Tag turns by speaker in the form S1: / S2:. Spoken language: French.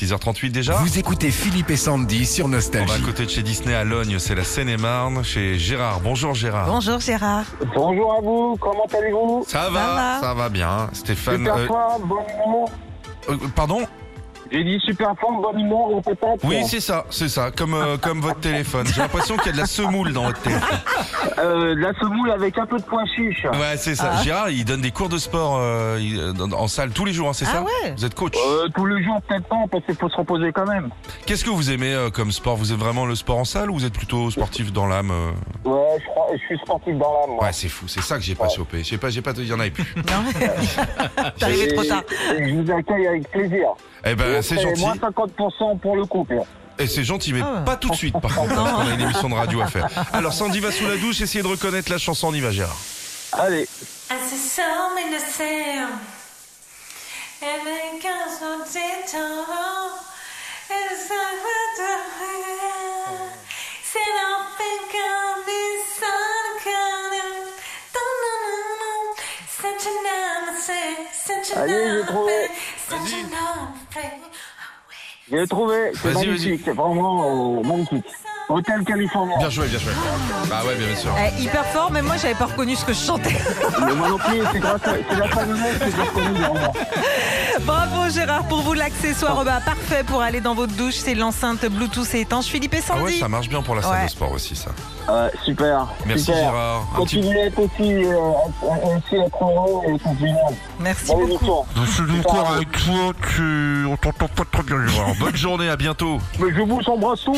S1: 6h38 déjà
S2: Vous écoutez Philippe et Sandy sur
S1: On va à
S2: Nostalgie.
S1: côté de chez Disney à Logne, c'est la Seine-et-Marne, chez Gérard. Bonjour Gérard.
S3: Bonjour Gérard.
S4: Bonjour à vous, comment allez-vous
S1: Ça
S3: Ça
S1: va,
S3: va.
S1: ça va bien. Stéphane,
S4: Super
S1: euh,
S4: forme, bon humour.
S1: euh, pardon
S4: J'ai dit super forme, bon humour, on peut pas.
S1: Oui, c'est ça, c'est ça, comme euh, comme votre téléphone. J'ai l'impression qu'il y a de la semoule dans votre téléphone.
S4: Euh, de la semoule avec un peu de pois chiche.
S1: Ouais, c'est ça. Gérard, il donne des cours de sport euh, il- euh, dans- en salle tous les jours, hein, c'est
S3: Ah
S1: ça
S3: ouais.
S1: Vous êtes coach.
S4: Euh, tout le jour, peut-être pas, parce qu'il faut se reposer quand même.
S1: Qu'est-ce que vous aimez euh, comme sport Vous êtes vraiment le sport en salle ou vous êtes plutôt sportif dans l'âme euh
S4: Ouais, je, crois- je suis sportif dans l'âme. moi.
S1: Ouais, c'est fou, c'est ça que j'ai pas
S4: Ouais.
S1: chopé. J'ai pas j'ai pas il y en avait plus.
S3: Non, t'es arrivé trop tard.
S4: Et je vous accueille avec plaisir.
S1: Eh ben,
S4: Et
S1: c'est
S4: après,
S1: gentil.
S4: Moins 50% pour le couple.
S1: Et c'est gentil, mais
S3: Ah ouais.
S1: pas tout de suite, par contre, parce qu'on a une émission de radio à faire. Alors, Sandy va sous la douche, essayez de reconnaître la chanson, on y va, Gérard.
S4: Allez.
S5: As the sun in the sail, and it comes on tiptoe, and it's like what the hell? Said I think I'll be sun coming. Dun, dun, dun, dun. Such an unfair, such an
S4: Allez, j'ai trouvé.
S5: unfair, such an unfair.
S4: J'ai trouvé, c'est
S1: Vas-y,
S4: magnifique, c'est vraiment euh, magnifique. Hôtel California.
S1: Bien joué, bien joué. Bah ouais, bien sûr.
S3: Eh, hyper fort, mais moi j'avais pas reconnu ce que je chantais.
S4: Mais moi non plus, c'est grâce à c'est la famille que j'ai reconnue vraiment.
S3: Bravo Gérard pour vous
S1: Ah.
S3: l'accessoire euh, bah, parfait pour aller dans votre douche, c'est l'enceinte Bluetooth et étanche Philippe et
S1: Ah
S3: Sandy.
S1: ouais, ça marche bien pour la salle
S3: Ouais.
S1: de sport aussi, ça.
S4: Ouais, super.
S1: Merci,
S4: super.
S1: Gérard. Un petit-
S4: Continuez à être aussi, euh, à- à- aussi à être heureux et continuez.
S3: Merci
S4: Bon
S3: beaucoup.
S4: émission.
S6: Je suis d'accord avec toi, tu... on t'entend pas très bien, Gérard.
S1: Bonne journée, à bientôt.
S4: Mais je vous embrasse tous.